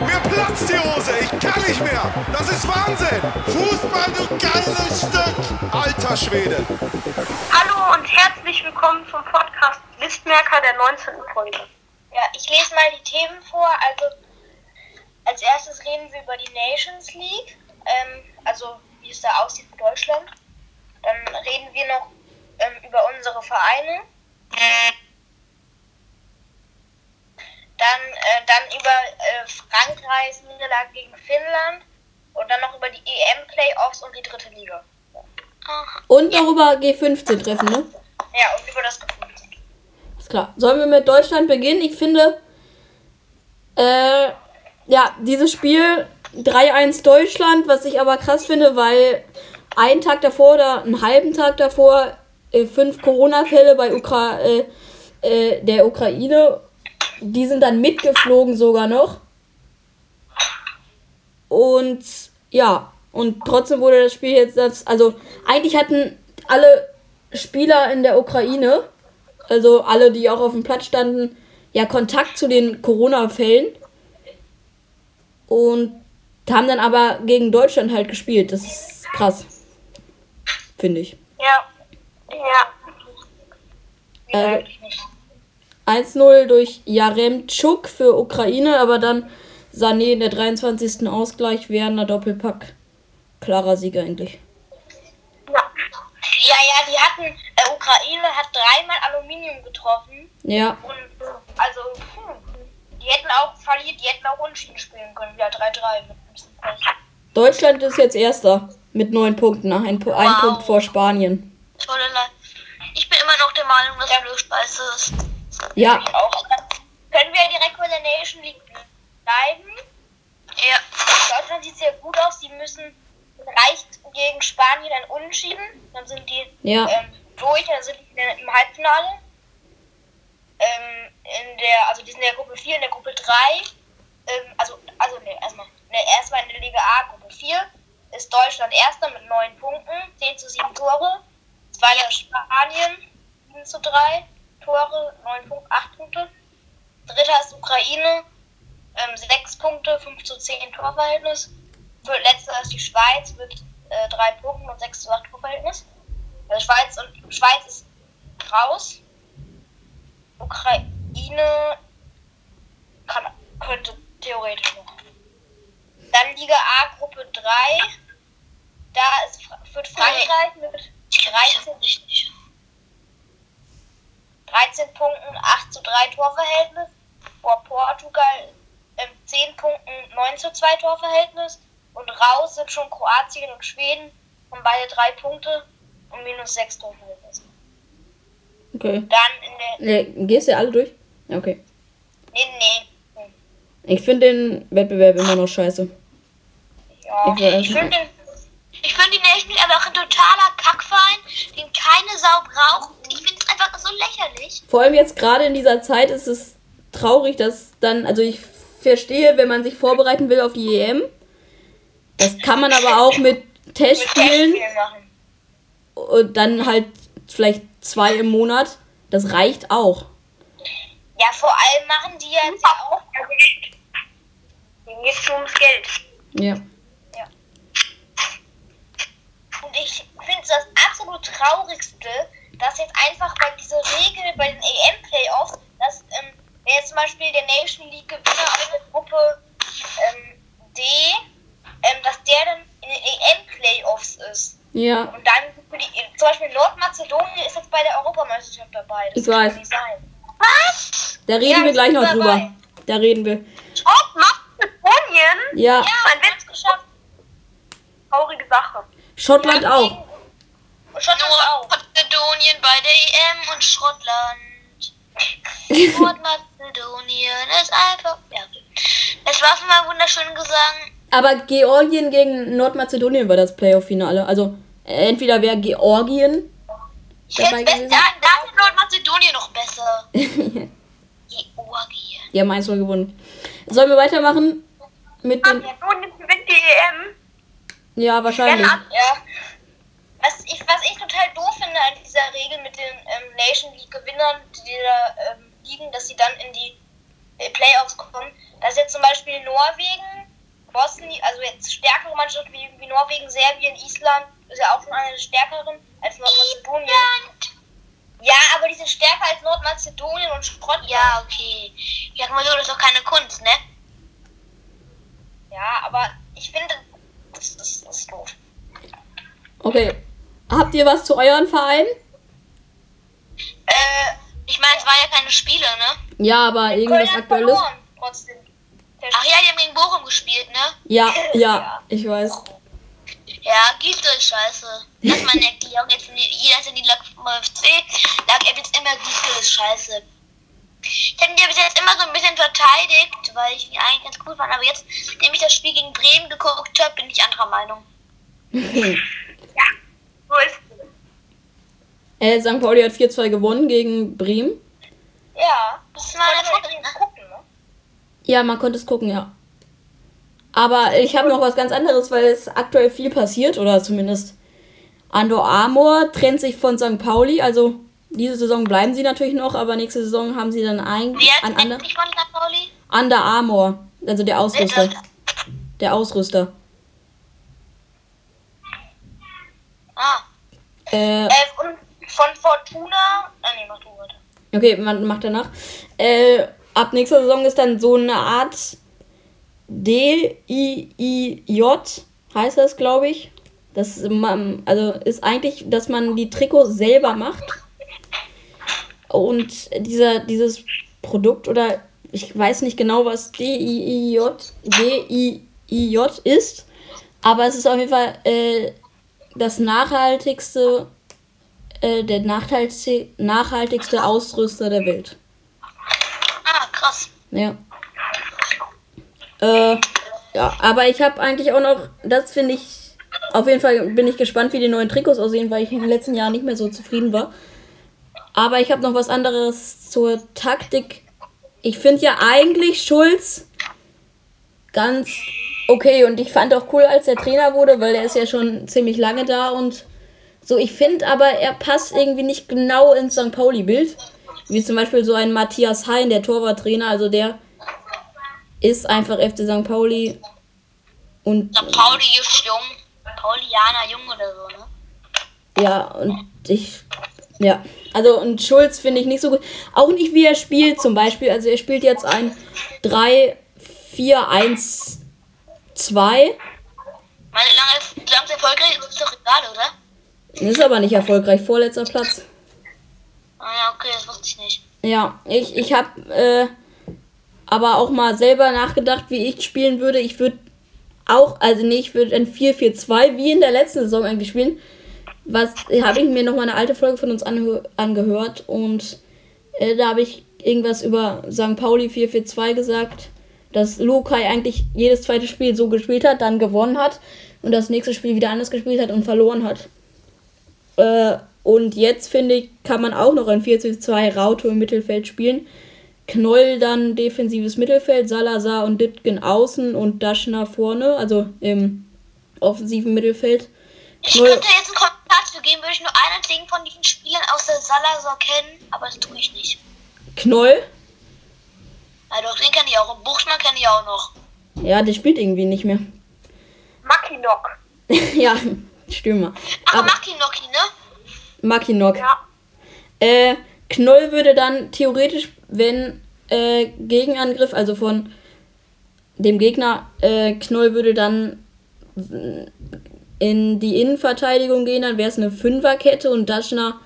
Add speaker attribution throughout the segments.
Speaker 1: Mir platzt die Hose, ich kann nicht mehr. Das ist Wahnsinn. Fußball, du geiles Stück. Alter Schwede.
Speaker 2: Hallo und herzlich willkommen zum Podcast Listmerker der 19. Folge.
Speaker 3: Ja, ich lese mal die Themen vor. Also als erstes reden wir über die Nations League, ähm, also wie es da aussieht für Deutschland. Dann reden wir noch ähm, über unsere Vereine. Dann, äh, dann über äh, Frankreichs Niederlage gegen Finnland und dann noch über die EM-Playoffs und die dritte Liga.
Speaker 4: Und darüber G15 treffen, ne?
Speaker 3: Ja, und über das Gefühl.
Speaker 4: Ist klar. Sollen wir mit Deutschland beginnen? Ich finde, äh, ja, dieses Spiel 3-1 Deutschland, was ich aber krass finde, weil einen Tag davor oder einen halben Tag davor äh, fünf Corona-Fälle bei Ukra äh, äh, der Ukraine, die sind dann mitgeflogen sogar noch. Und ja, und trotzdem wurde das Spiel jetzt, das, also eigentlich hatten alle Spieler in der Ukraine, also alle, die auch auf dem Platz standen, ja Kontakt zu den Corona-Fällen und haben dann aber gegen Deutschland halt gespielt. Das ist krass, finde ich.
Speaker 2: Ja. Ja.
Speaker 4: Äh, 1-0 durch Jaremtschuk für Ukraine, aber dann Sané in der 23. Ausgleich, Werner Doppelpack. Klarer Sieg eigentlich.
Speaker 2: ja.
Speaker 3: Ja, ja, die hatten, äh, Ukraine hat dreimal Aluminium getroffen
Speaker 4: Ja,
Speaker 3: und also, hm, die hätten auch verliert, die hätten auch unentschieden spielen können, wieder 3-3 mit ein bisschen Pech.
Speaker 4: Deutschland ist jetzt Erster mit neun Punkten, nach ein, Pu- ein
Speaker 2: Wow.
Speaker 4: Punkt vor Spanien.
Speaker 2: Tolle Le Ich bin immer noch der Meinung, dass Löschbeiß ist.
Speaker 4: Ja,
Speaker 3: Auch. Dann können wir direkt bei der Nation League bleiben.
Speaker 2: Ja.
Speaker 3: Deutschland sieht sehr gut aus. Die müssen, reicht gegen Spanien ein Unentschieden. Dann sind die
Speaker 4: Ja.
Speaker 3: ähm, durch, dann sind die in- im Halbfinale. Ähm, in der, also die sind in der Gruppe 4, in der Gruppe 3. Ähm, also, also ne, erstmal, ne, erstmal in der Liga A, Gruppe 4 ist Deutschland Erster mit 9 Punkten, 10 zu 7 Tore. Zweiter Spanien, 7 zu 3 Tore, 9 Punkte, 8 Punkte. Dritter ist Ukraine, ähm, 6 Punkte, 5 zu 10 Torverhältnis. Für- Letzter ist die Schweiz mit äh, 3 Punkten und 6 zu 8 Torverhältnis. Also Schweiz, und, Schweiz ist raus. Ukraine kann, könnte theoretisch noch. Dann Liga A, Gruppe 3. Da ist, Fra- führt Frankreich mit 13, 13 Punkten, 8 zu 3 Torverhältnis. Vor Portugal ähm, 10 Punkten, 9 zu 2 Torverhältnis. Und raus sind schon Kroatien und Schweden. Und beide 3 Punkte und minus 6 Torverhältnis.
Speaker 4: okay.
Speaker 3: Dann in der.
Speaker 4: Ne, gehst du ja alle durch? Okay.
Speaker 3: Nee, nee. Hm.
Speaker 4: Ich finde den Wettbewerb immer noch scheiße.
Speaker 3: Ja.
Speaker 4: Ich weiß
Speaker 3: Ich finde den.
Speaker 2: Ich finde die Nation League einfach ein totaler Kackverein, den keine Sau braucht. Ich finde es einfach so lächerlich.
Speaker 4: Vor allem jetzt gerade in dieser Zeit ist es traurig, dass dann, also ich verstehe, wenn man sich vorbereiten will auf die EM, das kann man aber auch mit
Speaker 3: mit
Speaker 4: Testspielen
Speaker 3: Testspielen machen.
Speaker 4: und dann halt vielleicht zwei im Monat, das reicht auch.
Speaker 3: Ja, vor allem machen die jetzt ja auch.
Speaker 2: Denen geht es nur ums Geld.
Speaker 4: Ja.
Speaker 3: Und ich finde das absolut traurigste, dass jetzt einfach bei dieser Regel, bei den EM-Playoffs, dass ähm, wer jetzt zum Beispiel der Nation League-Gewinner aus der Gruppe ähm, D, ähm, dass der dann in den EM-Playoffs ist.
Speaker 4: Ja.
Speaker 3: Und dann für die, zum Beispiel Nordmazedonien ist jetzt bei der Europameisterschaft dabei. Das
Speaker 4: Ich weiß.
Speaker 3: kann nicht sein.
Speaker 2: Was?
Speaker 4: Da reden
Speaker 3: Ja,
Speaker 4: wir
Speaker 3: ich
Speaker 4: gleich
Speaker 3: bin
Speaker 4: noch
Speaker 3: dabei.
Speaker 4: drüber. Da reden wir.
Speaker 2: Top Mazedonien?
Speaker 4: Ja,
Speaker 2: Mein Witz geschafft. Traurige Sache.
Speaker 4: Schottland auch.
Speaker 3: Und Schottland auch.
Speaker 2: Nordmazedonien bei der EM und Schottland. Nordmazedonien ist einfach. Ja, okay. Das war's mit meinem wunderschönen Gesang.
Speaker 4: Aber Georgien gegen Nordmazedonien war das Playoff-Finale. Also entweder wäre Georgien.
Speaker 2: Ich hätte
Speaker 4: dabei
Speaker 2: best-
Speaker 4: gewesen.
Speaker 2: da, da ist Nordmazedonien noch besser. Georgien.
Speaker 4: Die haben eins wohl gewonnen. Sollen wir weitermachen? Mit den.
Speaker 3: Nordmazedonien gewinnt die E EM.
Speaker 4: Ja, wahrscheinlich.
Speaker 3: Ja. Was ich, was ich total doof finde an dieser Regel mit den ähm, Nation League-Gewinnern, die da ähm, liegen, dass sie dann in die äh, Playoffs kommen, dass jetzt zum Beispiel Norwegen, Bosnien, also jetzt stärkere Mannschaften wie, wie Norwegen, Serbien, Island, ist ja auch schon eine der stärkeren als Nordmazedonien. Ja, aber die sind stärker als Nordmazedonien und Schottland.
Speaker 2: Ja, okay. Ich sag mal so, das ist doch keine Kunst, ne?
Speaker 3: ja aber ich finde, das, das, das ist doof.
Speaker 4: Okay. Habt ihr was zu euren Vereinen?
Speaker 3: Äh,
Speaker 2: Ich meine, es waren ja keine Spiele, ne?
Speaker 4: Ja, aber irgendwas
Speaker 3: Köln hat
Speaker 4: Aktuelles.
Speaker 3: verloren, trotzdem. Der
Speaker 2: Ach ja, die haben gegen Bochum gespielt, ne?
Speaker 4: Ja, ja, ich weiß.
Speaker 2: Ja, Gießel, scheiße. Lass mal neck, die haben jetzt in die, jeder ist in die Lok vom FC, lag er jetzt immer Gießel, ist scheiße. Ich hätte die bis jetzt immer so ein bisschen verteidigt, weil ich die eigentlich ganz cool fand, aber jetzt, indem ich das Spiel gegen Bremen geguckt habe, bin ich anderer Meinung.
Speaker 3: So ist
Speaker 4: Äh, St. Pauli hat 4-2 gewonnen gegen Bremen.
Speaker 3: Ja,
Speaker 2: Das
Speaker 3: mal
Speaker 2: war der
Speaker 3: davon
Speaker 2: Vorteil.
Speaker 3: drin gucken, ne?
Speaker 4: Ja, man konnte es gucken, ja. Aber ich habe noch was ganz anderes, weil es aktuell viel passiert, oder zumindest Andor Amor trennt sich von St. Pauli. Also diese Saison bleiben sie natürlich noch, aber nächste Saison haben sie dann ein,
Speaker 2: Wer
Speaker 4: an
Speaker 2: trennt
Speaker 4: Under,
Speaker 2: sich von St. Pauli?
Speaker 4: Under Armour, also der
Speaker 3: Äh,
Speaker 4: Ausrüster. Der Ausrüster.
Speaker 2: Ah,
Speaker 4: Äh,
Speaker 2: Ähm,
Speaker 3: Äh, und von Fortuna. Ah, nee, mach du weiter.
Speaker 4: Okay, man macht danach. Äh, ab nächster Saison ist dann so eine Art D-I-I-J, heißt das, glaube ich. Das man, also ist eigentlich, dass man die Trikots selber macht. Und dieser, dieses Produkt oder ich weiß nicht genau, was D-I-I-J, D-I-I-J ist, aber es ist auf jeden Fall äh, das nachhaltigste äh, der nachhaltigste, nachhaltigste Ausrüster der Welt.
Speaker 2: ah, krass.
Speaker 4: Ja. Äh, ja, aber ich habe eigentlich auch noch, das finde ich, auf jeden Fall bin ich gespannt, wie die neuen Trikots aussehen, weil ich in den letzten Jahren nicht mehr so zufrieden war. Aber ich habe noch was anderes zur Taktik. Ich finde ja eigentlich Schulz ganz okay und ich fand auch cool, als er Trainer wurde, weil er ist ja schon ziemlich lange da und so. Ich finde aber, er passt irgendwie nicht genau ins St. Pauli-Bild. Wie zum Beispiel so ein Matthias Hein, der Torwarttrainer, also der ist einfach FC St. Pauli und
Speaker 2: St. Pauli ist jung. Paulianer jung oder so, ne?
Speaker 4: Ja, und ich. Ja, also und Schulz finde ich nicht so gut. Auch nicht, wie er spielt zum Beispiel. Also er spielt jetzt ein 3-4-1-2.
Speaker 2: Meine lange, solange es erfolgreich ist, ist doch egal, oder?
Speaker 4: Das Ist aber nicht erfolgreich, vorletzter Platz.
Speaker 2: Ah ja, okay, das wusste ich nicht.
Speaker 4: Ja, ich, ich habe äh, aber auch mal selber nachgedacht, wie ich spielen würde. Ich würde auch, also nee, ich würde ein 4-4-2 wie in der letzten Saison irgendwie spielen. Was habe ich mir noch mal eine alte Folge von uns ange angehört und äh, da habe ich irgendwas über St. Pauli 4-4-2 gesagt, dass Lokai eigentlich jedes zweite Spiel so gespielt hat, dann gewonnen hat und das nächste Spiel wieder anders gespielt hat und verloren hat. Äh, und jetzt finde ich, kann man auch noch ein 4-2 Rauto im Mittelfeld spielen. Knoll dann defensives Mittelfeld, Salazar und Ditgen außen und Daschner vorne, also im offensiven Mittelfeld.
Speaker 2: Ich
Speaker 4: Null.
Speaker 2: könnte jetzt einen Kommentar zu geben, würde ich nur einen einzigen von diesen Spielern außer Salazar kennen, aber das tue ich nicht.
Speaker 4: Knoll,
Speaker 2: Ah doch, den kenne ich auch und Buchsmann kenne ich auch noch.
Speaker 4: ja, der spielt irgendwie nicht mehr.
Speaker 3: Mackinock.
Speaker 4: ja, Stürmer.
Speaker 2: Ach,
Speaker 4: Aber
Speaker 2: Mackinoki, ne?
Speaker 4: Mackinock.
Speaker 3: Ja.
Speaker 4: Äh, Knoll würde dann theoretisch, wenn äh, Gegenangriff, also von dem Gegner, äh, Knoll würde dann in die Innenverteidigung gehen, dann wäre es eine Fünferkette und Daschner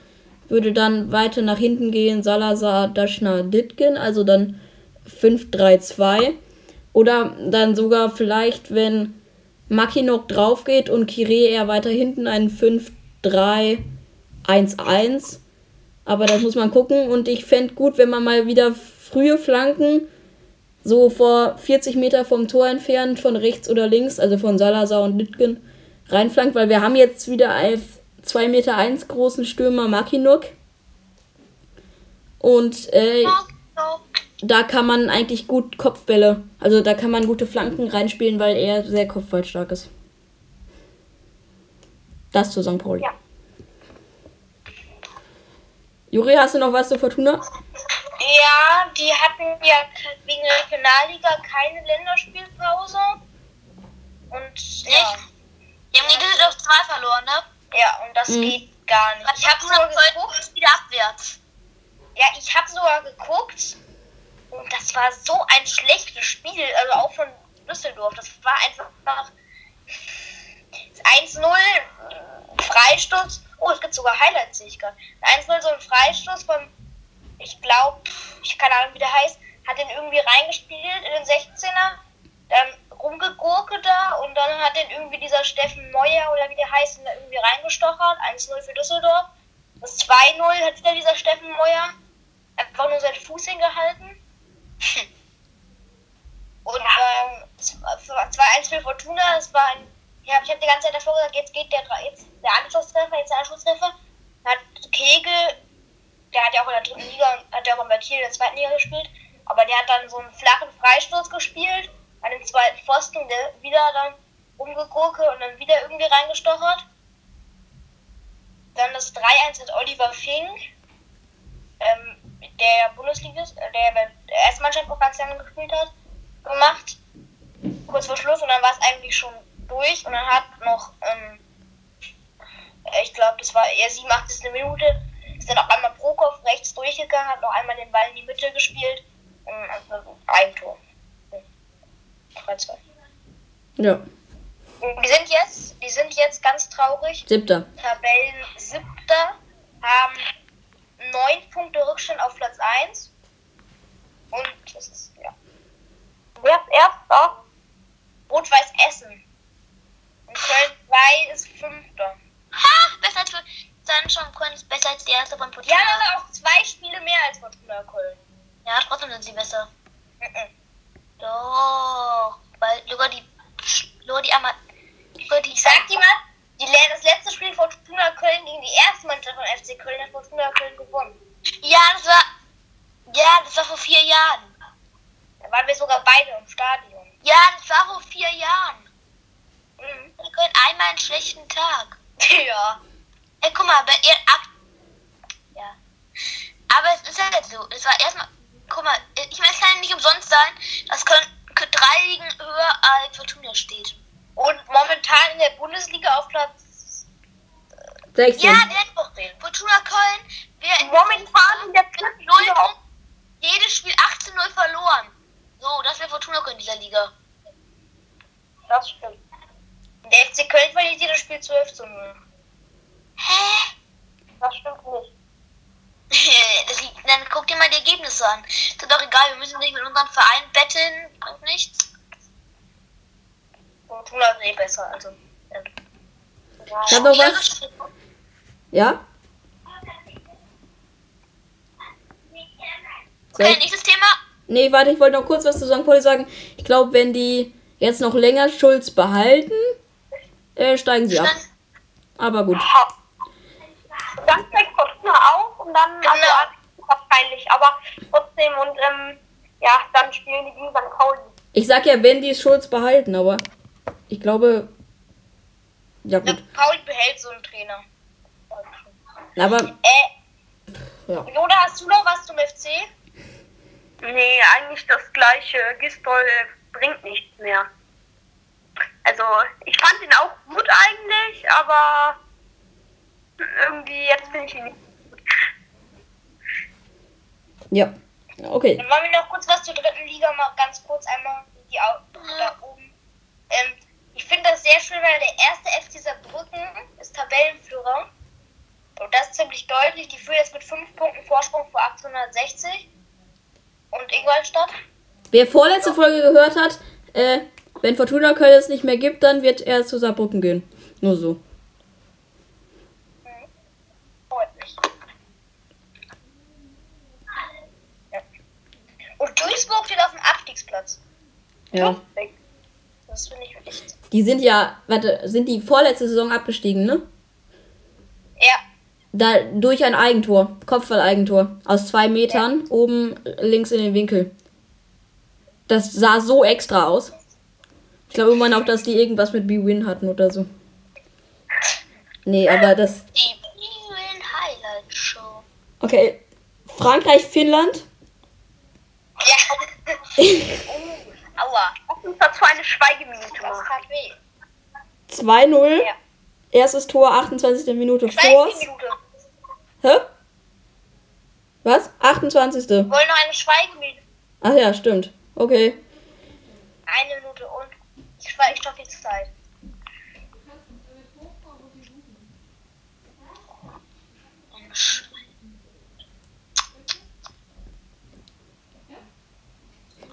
Speaker 4: würde dann weiter nach hinten gehen, Salazar, Daschner, Ditgen, also dann 5-3-2. Oder dann sogar vielleicht, wenn Mackinock drauf geht und Kire eher weiter hinten, ein 5-3-1-1. Aber das muss man gucken. Und ich fände gut, wenn man mal wieder frühe Flanken so vor 40 Meter vom Tor entfernt, von rechts oder links, also von Salazar und Lütgen, reinflankt, weil wir haben jetzt wieder als 2,1 Meter eins großen Stürmer Makinuk. Und äh, da kann man eigentlich gut Kopfbälle, also da kann man gute Flanken reinspielen, weil er sehr kopfballstark ist. Das zu St. Pauli.
Speaker 3: Ja.
Speaker 4: Juri, hast du noch was zu Fortuna?
Speaker 3: Ja, die hatten ja wegen der Regionalliga keine Länderspielpause. Und ja,
Speaker 2: Die haben gegen Düsseldorf 2 verloren, ne?
Speaker 3: ja und das geht gar nicht. Ich
Speaker 2: Ich hab
Speaker 3: habe sogar
Speaker 2: gesagt, Köln
Speaker 3: geguckt.
Speaker 2: ist wieder abwärts.
Speaker 3: Ja, ich habe sogar geguckt. Und das war so ein schlechtes Spiel, also auch von Düsseldorf. Das war einfach 1-0 Freistoß. Oh, es gibt sogar Highlights, sehe ich gerade. 1-0 so ein Freistoß von, ich glaube, ich keine Ahnung, wie der heißt, hat den irgendwie reingespielt in den 16er, dann rumgegurke da und dann hat den irgendwie dieser Steffen Neuer oder wie der heißt, ihn da irgendwie reingestochert. 1-0 für Düsseldorf. Das 2-0 hat wieder dieser Steffen Neuer einfach nur seinen Fuß hingehalten. Und ähm, es war- es war 2-1 für Fortuna, das war ein. Ja, ich habe die ganze Zeit davor gesagt, jetzt geht der, Dra- jetzt der Anschlusstreffer, jetzt der Anschlusstreffer. Dann Hat Kegel, der hat ja auch in der dritten Liga, hat ja auch mal bei Kiel in der zweiten Liga gespielt, aber der hat dann so einen flachen Freistoß gespielt, an den zweiten Pfosten, der wieder dann rumgegurke und dann wieder irgendwie reingestochert. Dann das 3-1 hat Oliver Fink, ähm, der ja Bundesliga ist, äh, der ja bei der ersten Mannschaft auch ganz lange gespielt hat, gemacht. Kurz vor Schluss und dann war es eigentlich schon durch und dann hat noch, ähm, äh, ich glaube, das war eher 87. Minute, ist dann auf einmal Prokop rechts durchgegangen, hat noch einmal den Ball in die Mitte gespielt und also Eigentor. Hm. 3-2.
Speaker 4: Ja.
Speaker 3: Und Die sind jetzt, die sind jetzt ganz traurig.
Speaker 4: Siebter.
Speaker 3: Tabellen siebter, haben neun Punkte Rückstand auf Platz 1. Und das ist, ja. Wer erster? Rot-Weiß Essen. Und Köln 2 ist fünfter.
Speaker 2: Ha! Besser als für, dann schon Köln ist besser als die erste von
Speaker 3: Die
Speaker 2: Fortuna.
Speaker 3: haben aber auch zwei Spiele mehr als Fortuna Köln.
Speaker 2: Ja, trotzdem sind sie besser.
Speaker 3: Mhm.
Speaker 2: Doch. Weil sogar die. Sogar die Ama. Sogar die.
Speaker 3: Ich sag dir mal, die, le- das letzte Spiel Fortuna Köln gegen die erste Mannschaft von FC Köln hat Fortuna Köln gewonnen.
Speaker 2: Ja, das war. Ja, das war vor vier Jahren.
Speaker 3: Da waren wir sogar beide im Stadion.
Speaker 2: Ja, das war vor vier Jahren.
Speaker 3: Mhm.
Speaker 2: Wir können einmal einen schlechten Tag.
Speaker 3: Ja.
Speaker 2: Ey, guck mal, bei ihr. Ab ja. Aber es ist ja nicht so. Es war erstmal. Guck mal, ich meine, es kann ja nicht umsonst sein, dass Köln drei Ligen höher als Fortuna steht.
Speaker 3: Und momentan in der Bundesliga auf Platz.
Speaker 4: 16.
Speaker 2: Ja, der doch. Fortuna Köln wäre
Speaker 3: Momentan in der dritten Liga auf-
Speaker 2: jedes Spiel 18-0 verloren. So, das wäre Fortuna Köln in dieser Liga.
Speaker 3: Das stimmt. Der FC Köln verliert jedes Spiel 12 zu 0.
Speaker 2: Hä?
Speaker 3: Das stimmt nicht.
Speaker 2: Das liegt, dann guck dir mal die Ergebnisse an. Ist doch egal, wir müssen nicht mit unserem Verein betteln. Bringt nichts.
Speaker 3: Fortuna ist eh besser, also. ja.
Speaker 4: Ich hab noch
Speaker 2: Ja,
Speaker 4: was. Ja? Soll
Speaker 2: Okay,
Speaker 4: ich?
Speaker 2: nächstes Thema.
Speaker 4: Nee, warte, ich wollte noch kurz was zu St. Pauli sagen. Ich glaube, wenn die jetzt noch länger Schulz behalten, äh, steigen sie ab.
Speaker 2: Dann
Speaker 4: Aber gut.
Speaker 3: Dann steigt Fortuna auf und dann
Speaker 2: also,
Speaker 3: wahrscheinlich, aber trotzdem und ja, dann spielen die gegen St. Pauli.
Speaker 4: Ich sag ja, wenn die Schulz behalten, aber ich glaube. Ja, gut.
Speaker 3: Pauli behält so einen Trainer.
Speaker 4: Aber
Speaker 3: Äh,
Speaker 4: Ja.
Speaker 3: Joda, hast du noch was zum FC?
Speaker 5: Nee, eigentlich das gleiche. Gistol äh, bringt nichts mehr. Also, ich fand ihn auch gut eigentlich, aber irgendwie jetzt finde ich ihn nicht.
Speaker 4: ja. Okay.
Speaker 3: Dann wollen wir noch kurz was zur dritten Liga mal ganz kurz einmal die Au da oben. Ähm, ich finde das sehr schön, weil der erste FC Saarbrücken ist Tabellenführer. Und das ist ziemlich deutlich. Die führen jetzt mit 5 Punkten Vorsprung vor 1860 und Ingolstadt.
Speaker 4: Wer vorletzte Folge gehört hat, äh, wenn Fortuna Köln es nicht mehr gibt, dann wird er zu Saarbrücken gehen. Nur so.
Speaker 3: Freut mich. Und Duisburg steht auf dem Abstieg. Abstiegsplatz.
Speaker 4: Ja.
Speaker 3: Weg. Das finde ich echt.
Speaker 4: Die sind ja, warte, sind die vorletzte Saison abgestiegen, ne?
Speaker 3: Ja,
Speaker 4: Da durch ein Eigentor, Kopfball-Eigentor aus zwei Metern oben äh, links in den Winkel. Das sah so extra aus. Ich glaube immer noch, dass die irgendwas mit B-Win hatten oder so. Nee, aber das.
Speaker 2: Die Bibeln Highlight Show.
Speaker 4: Okay. Frankreich, Finnland.
Speaker 3: ja. Aua.
Speaker 5: Lass uns dazu eine Schweigeminute
Speaker 3: Das
Speaker 5: machen.
Speaker 3: tat weh.
Speaker 4: 2-0. Erstes Tor, 28. Minute. Force.
Speaker 3: 16 Minute.
Speaker 4: Hä? Was? 28.
Speaker 3: Wir wollen noch eine Schweigeminute.
Speaker 4: Ach ja, stimmt. Okay.
Speaker 3: Eine Minute und ich schweige doch jetzt Zeit.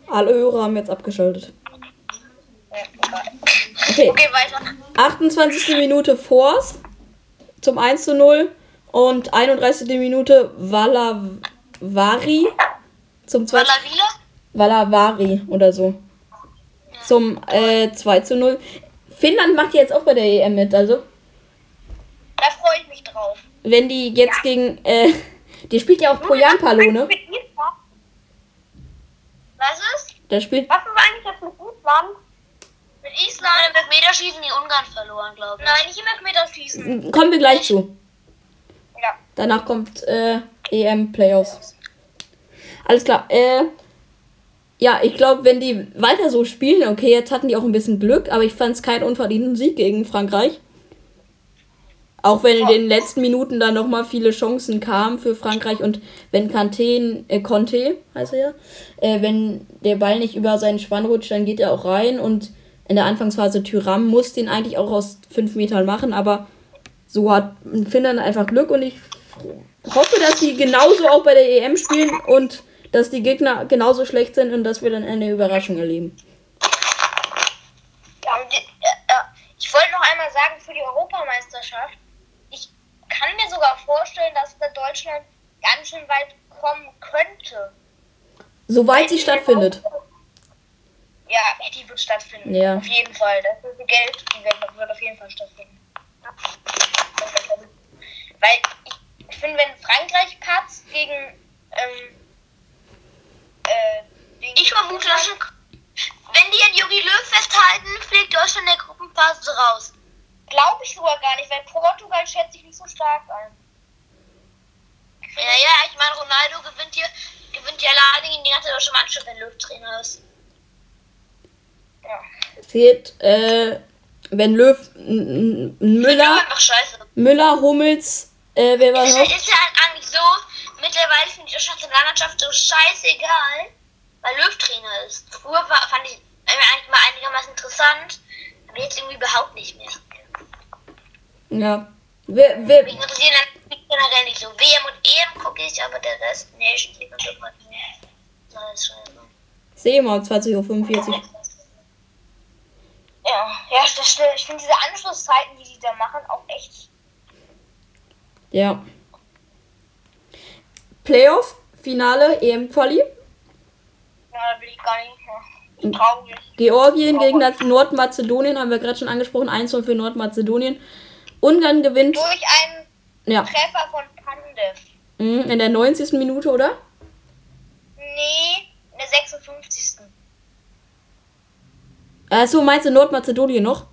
Speaker 4: Alle Hörer haben jetzt abgeschaltet.
Speaker 3: Ja, egal.
Speaker 4: Okay.
Speaker 3: Okay, weiter.
Speaker 4: 28. Minute Force zum 1 zu 0 und 31. Minute Valavari zum 2
Speaker 3: Lavila?
Speaker 4: Valavari oder so. Zum äh, 2 zu 0. Finnland macht jetzt auch bei der EM mit, also
Speaker 3: Da freue ich mich drauf.
Speaker 4: wenn die jetzt gegen äh, die spielt ja auch Poyanpalo, ne?
Speaker 5: Mit Island?
Speaker 3: Was ist?
Speaker 4: Der spielt
Speaker 5: Was ist eigentlich jetzt mit Island?
Speaker 3: Mit Island?
Speaker 2: Im Elfmeterschießen die Ungarn verloren, glaube ich.
Speaker 3: Nein, nicht im Elfmeter schießen.
Speaker 4: kommen wir gleich zu.
Speaker 3: Ja.
Speaker 4: Danach kommt äh, EM Playoffs. Alles klar. Äh, ja, ich glaube, wenn die weiter so spielen, okay, jetzt hatten die auch ein bisschen Glück, aber ich fand es keinen unverdienten Sieg gegen Frankreich. Auch wenn in den letzten Minuten dann nochmal viele Chancen kamen für Frankreich und wenn Kanté, äh, Conte, heißt er ja, äh, wenn der Ball nicht über seinen Spann rutscht, dann geht er auch rein und in der Anfangsphase Tyram muss den eigentlich auch aus fünf Metern machen, aber so hat Finnland einfach Glück und ich hoffe, dass die genauso auch bei der EM spielen und dass die Gegner genauso schlecht sind und dass wir dann eine Überraschung erleben.
Speaker 3: Ja, und, die- äh, äh, ich wollte noch einmal sagen, für die Europameisterschaft, ich kann mir sogar vorstellen, dass da Deutschland ganz schön weit kommen könnte.
Speaker 4: Soweit sie stattfindet.
Speaker 3: Ja, die wird stattfinden.
Speaker 4: Ja.
Speaker 3: Auf jeden Fall. Das ist Geld, die werden, wird auf jeden Fall stattfinden. Weil ich, ich finde, wenn Frankreich patzt gegen. Ähm, äh, gegen
Speaker 2: Ich vermute, dass schon, wenn die an Jogi Löw festhalten, fliegt Deutschland in der Gruppenphase raus.
Speaker 3: Glaube ich sogar gar nicht, weil Portugal schätze ich nicht so stark ein.
Speaker 2: Ja, ja, ich meine, Ronaldo gewinnt hier, gewinnt ja leider gegen die ganze deutsche Mannschaft, wenn Löw Trainer ist.
Speaker 4: Seht, äh, wenn Löw, m- m- Müller,
Speaker 2: Einfach scheiße.
Speaker 4: Müller, Hummels, äh, wer war noch?
Speaker 2: Es ist ja halt eigentlich so, mittlerweile finde ich die Nationalmannschaft so scheißegal, weil Löw Trainer ist. Früher war, fand ich eigentlich mal einigermaßen interessant, aber jetzt irgendwie überhaupt nicht mehr.
Speaker 4: Ja. Wer, wer,
Speaker 2: Mich interessieren dann generell nicht so. WM und EM gucke ich, aber der Rest, Nation League und irgendwas. Na, ist scheiße.
Speaker 4: sehe mal, 20.45 Uhr.
Speaker 3: Ja, ja das stimmt. Ich finde diese Anschlusszeiten, die die da machen, auch echt.
Speaker 4: Ja. Playoff, Finale, E EM-Quali.
Speaker 3: Ja, da bin ich gar nicht
Speaker 2: Hm.
Speaker 3: mehr. Traurig.
Speaker 4: Georgien gegen das Nordmazedonien haben wir gerade schon angesprochen. 1 für Nordmazedonien. Ungarn gewinnt
Speaker 3: Durch einen
Speaker 4: ja,
Speaker 3: Treffer von Pandev.
Speaker 4: mhm, in der 90. Minute, oder?
Speaker 3: Nee, in der 56.
Speaker 4: Äh, so meinst du Nordmazedonien noch?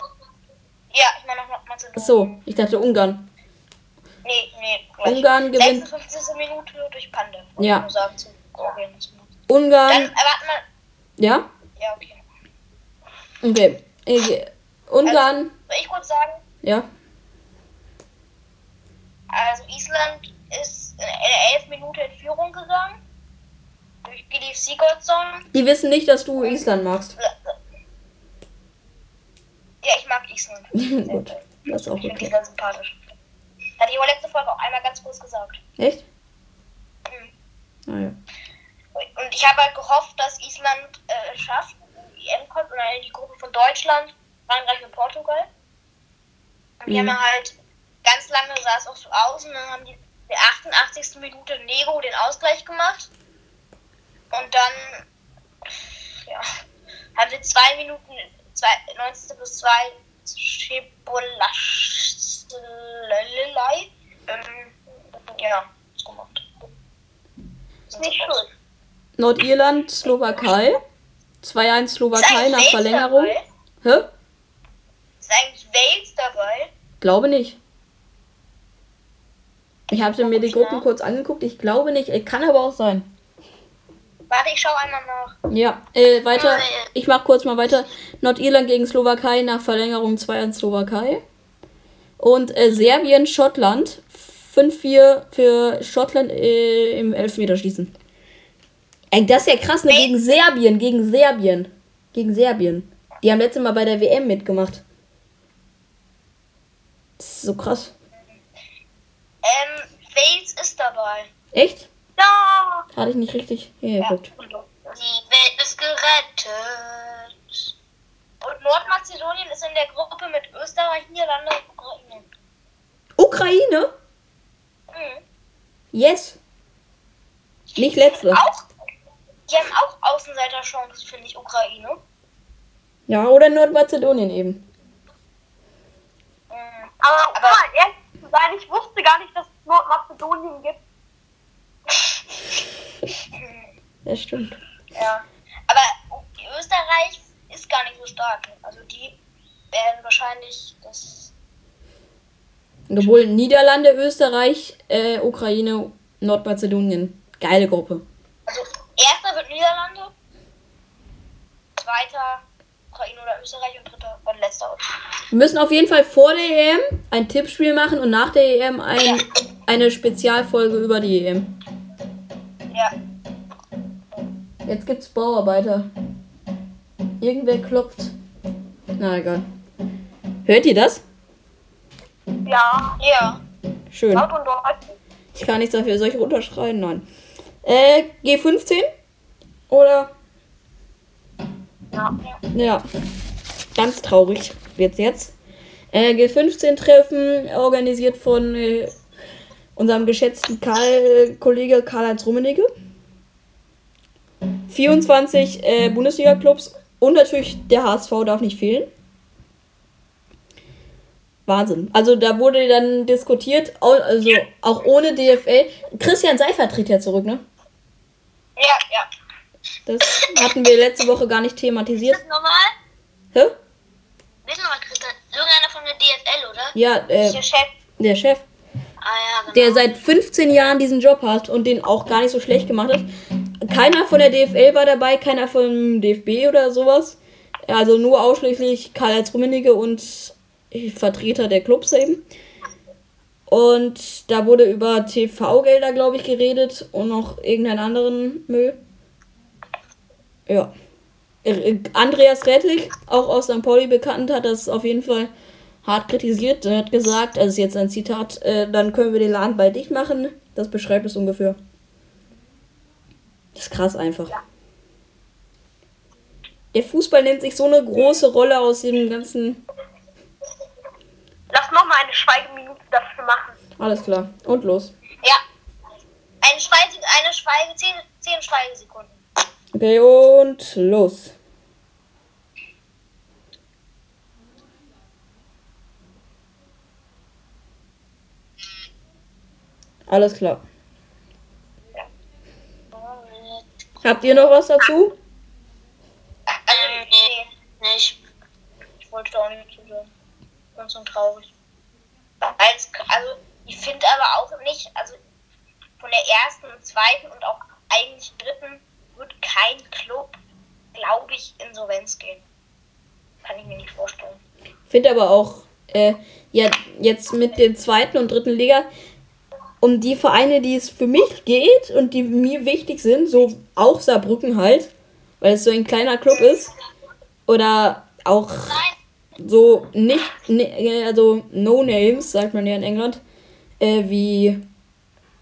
Speaker 3: Ja, ich meine noch Mazedonien.
Speaker 4: So, ich dachte Ungarn.
Speaker 3: Nee, nee.
Speaker 4: Ungarn gewinnt.
Speaker 3: 56. Minute durch Pandev.
Speaker 4: Ja.
Speaker 3: Nur sagen, zu Georgien. Dann, äh,
Speaker 4: Ungarn,
Speaker 3: warte mal.
Speaker 4: ja?
Speaker 3: Ja, okay.
Speaker 4: Okay. Äh, Ungarn,
Speaker 3: Soll ich kurz sagen?
Speaker 4: ja.
Speaker 3: Also Island ist in der 11 Minute in Führung gegangen. Durch Gilly Sigurdsson.
Speaker 4: Die wissen nicht, dass du Island magst.
Speaker 3: Ja, ich mag Island.
Speaker 4: Hm, Gut, das ist auch
Speaker 3: Ich finde
Speaker 4: okay.
Speaker 3: Island sympathisch. Hatte ich aber letzte Folge auch einmal ganz kurz gesagt.
Speaker 4: Echt? Ah, Naja.
Speaker 3: Und ich habe halt gehofft, dass Island äh, es schafft, in die EM kommt und dann in die Gruppe von Deutschland, Frankreich und Portugal. Und die haben halt ganz lange sah es auch so aus und dann haben die in der 88. Minute Nego den Ausgleich gemacht. Und dann ja, haben wir zwei Minuten, zwei, 19. plus 2, Schibolaschlelei. Ähm, ja, gemacht. Ist nicht schuld.
Speaker 4: Nordirland, Slowakei. 2-1
Speaker 3: Ist
Speaker 4: Slowakei
Speaker 3: eigentlich
Speaker 4: nach
Speaker 3: Wales
Speaker 4: Verlängerung.
Speaker 3: dabei?
Speaker 4: Hä?
Speaker 3: Ist eigentlich Wales dabei?
Speaker 4: Glaube nicht. Ich habe mir die Gruppen kurz angeguckt. Ich glaube nicht. Äh, Kann aber auch sein.
Speaker 3: Warte, ich schau einmal nach.
Speaker 4: Ja, äh, weiter. Ich mach kurz mal weiter. Nordirland gegen Slowakei nach Verlängerung 2-1 Slowakei. Und äh, Serbien, Schottland. 5-4 für Schottland äh, im Elfmeterschießen. Ey, das ist ja krass, ne? Gegen Serbien, gegen Serbien. Gegen Serbien. Die haben letztes Mal bei der WM mitgemacht. Das ist so krass.
Speaker 3: Ähm, Wales ist dabei.
Speaker 4: Echt?
Speaker 3: Ja!
Speaker 4: Hatte ich nicht richtig hingeguckt.
Speaker 2: Die Welt ist gerettet.
Speaker 3: Und Nordmazedonien ist in der Gruppe mit Österreich, Niederlande und Ukraine.
Speaker 4: Ukraine?
Speaker 3: Mhm.
Speaker 4: Yes. Nicht letzte.
Speaker 3: Auch, die haben auch Außenseiterchancen, finde ich, Ukraine.
Speaker 4: Ja, oder Nordmazedonien eben.
Speaker 3: Mhm.
Speaker 5: Aber, um
Speaker 3: Aber-
Speaker 5: mal ehrlich zu sein, ich wusste gar nicht, dass es Nordmazedonien gibt.
Speaker 4: Das stimmt.
Speaker 3: Ja. Aber Österreich ist gar nicht so stark. Also die werden wahrscheinlich das.
Speaker 4: Obwohl Niederlande, Österreich, äh, Ukraine, Nordmazedonien. Geile Gruppe.
Speaker 3: Also erster wird Niederlande, zweiter Ukraine oder Österreich und dritter und letzter.
Speaker 4: Wir müssen auf jeden Fall vor der EM ein Tippspiel machen und nach der EM ein, eine Spezialfolge über die E EM.
Speaker 3: Ja.
Speaker 4: Jetzt gibt's Bauarbeiter. Irgendwer klopft. Na egal. Hört ihr das?
Speaker 5: Ja,
Speaker 3: Ja.
Speaker 4: Schön.
Speaker 5: laut und deutlich.
Speaker 4: Ich kann nichts dafür. Soll ich runterschreien? Nein. Äh, G15? Oder?
Speaker 5: Ja.
Speaker 4: Ja. Ganz traurig wird's jetzt. Äh, G15-Treffen, organisiert von äh, unserem geschätzten Karl, Kollege Karl-Heinz Rummenigge. 24 äh, Bundesliga-Clubs und natürlich der HSV darf nicht fehlen. Wahnsinn. Also da wurde dann diskutiert, au- also auch ohne DFL. Christian Seifert tritt ja zurück, ne?
Speaker 3: Ja, ja.
Speaker 4: Das hatten wir letzte Woche gar nicht thematisiert.
Speaker 2: Ist das normal?
Speaker 4: Hä?
Speaker 2: Wissen wir mal, Christian, irgendeiner von der DFL, oder?
Speaker 4: Ja, äh,
Speaker 3: Der Chef.
Speaker 4: der Chef,
Speaker 2: Ah ja, genau.
Speaker 4: der seit 15 Jahren diesen Job hat und den auch gar nicht so schlecht gemacht hat. Keiner von der DFL war dabei, keiner vom DFB oder sowas. Also nur ausschließlich Karl-Heinz Rummenigge und Vertreter der Clubs eben. Und da wurde über TV-Gelder, glaube ich, geredet und noch irgendeinen anderen Müll. Ja. Äh, Andreas Rettig, auch aus St. Pauli bekannt, hat das auf jeden Fall hart kritisiert. Er hat gesagt, also ist jetzt ein Zitat, äh, dann können wir den Laden bei dich machen. Das beschreibt es ungefähr. Das ist krass einfach. Der Fußball nimmt sich so eine große Rolle aus dem ganzen
Speaker 5: Lass nochmal eine Schweigeminute dafür machen.
Speaker 4: Alles klar. Und los.
Speaker 3: Ja. Eine Schweige, eine Schweige, zehn, zehn Schweigesekunden.
Speaker 4: Okay, und los. Alles klar. Habt ihr noch was dazu?
Speaker 3: Also,
Speaker 2: nee. Nicht.
Speaker 3: Ich wollte da auch nicht zu sagen. Ganz so traurig. Als, also, ich finde aber auch nicht, also von der ersten und zweiten und auch eigentlich dritten wird kein Club, glaube ich, insolvenz gehen. Kann ich mir nicht vorstellen.
Speaker 4: Finde aber auch, äh, ja, jetzt mit der zweiten und dritten Liga, um die Vereine, die es für mich geht und die mir wichtig sind, so auch Saarbrücken halt, weil es so ein kleiner Club ist, oder auch so nicht, ne, also No Names, sagt man ja in England, äh, wie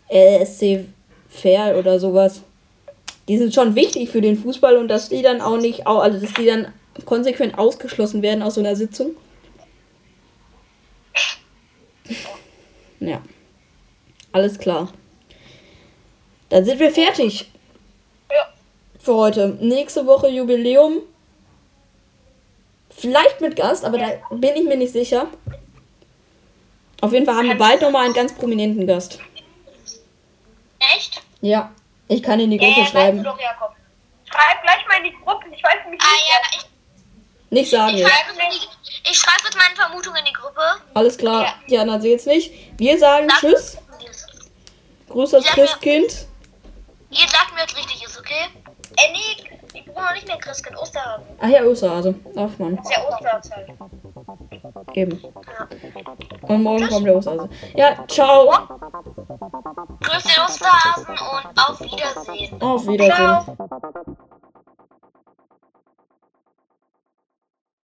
Speaker 4: äh, SC Fair oder sowas. Die sind schon wichtig für den Fußball und dass die dann auch nicht, au- also dass die dann konsequent ausgeschlossen werden aus so einer Sitzung. Ja. Alles klar. Dann sind wir fertig.
Speaker 3: Ja.
Speaker 4: für heute. Nächste Woche Jubiläum. Vielleicht mit Gast, aber da bin ich mir nicht sicher. Auf jeden Fall haben wir bald nochmal einen ganz prominenten Gast.
Speaker 2: Echt?
Speaker 4: Ja, ich kann in die
Speaker 3: Ja,
Speaker 4: Gruppe
Speaker 3: ja, weißt du
Speaker 4: schreiben.
Speaker 3: doch, Jakob.
Speaker 5: Schreib gleich mal in die Gruppe. Ich weiß nämlich
Speaker 2: Ah
Speaker 5: nicht.
Speaker 2: ja,
Speaker 5: wer-
Speaker 2: ich,
Speaker 4: Nicht sagen
Speaker 2: ich,
Speaker 4: jetzt.
Speaker 2: schreibe, es in die, ich schreibe jetzt meine Vermutung in die Gruppe.
Speaker 4: Alles klar, Jana seht's nicht. Wir sagen
Speaker 2: Sag-
Speaker 4: Tschüss. Grüß das
Speaker 2: Sag mir-
Speaker 4: Christkind.
Speaker 2: Ihr sagt mir, was richtig ist, okay?
Speaker 3: Äh, nee, ich brauche noch nicht mehr Christkind. Osterhasen.
Speaker 4: Ach ja, Osterhase. Ach man,
Speaker 3: Das ist ja Osterzeit.
Speaker 4: eben. Und morgen kommt der Osterhase. also. Ja, ciao.
Speaker 2: Grüß den Osterhasen und auf Wiedersehen.
Speaker 4: Auf Wiedersehen.
Speaker 3: Ciao.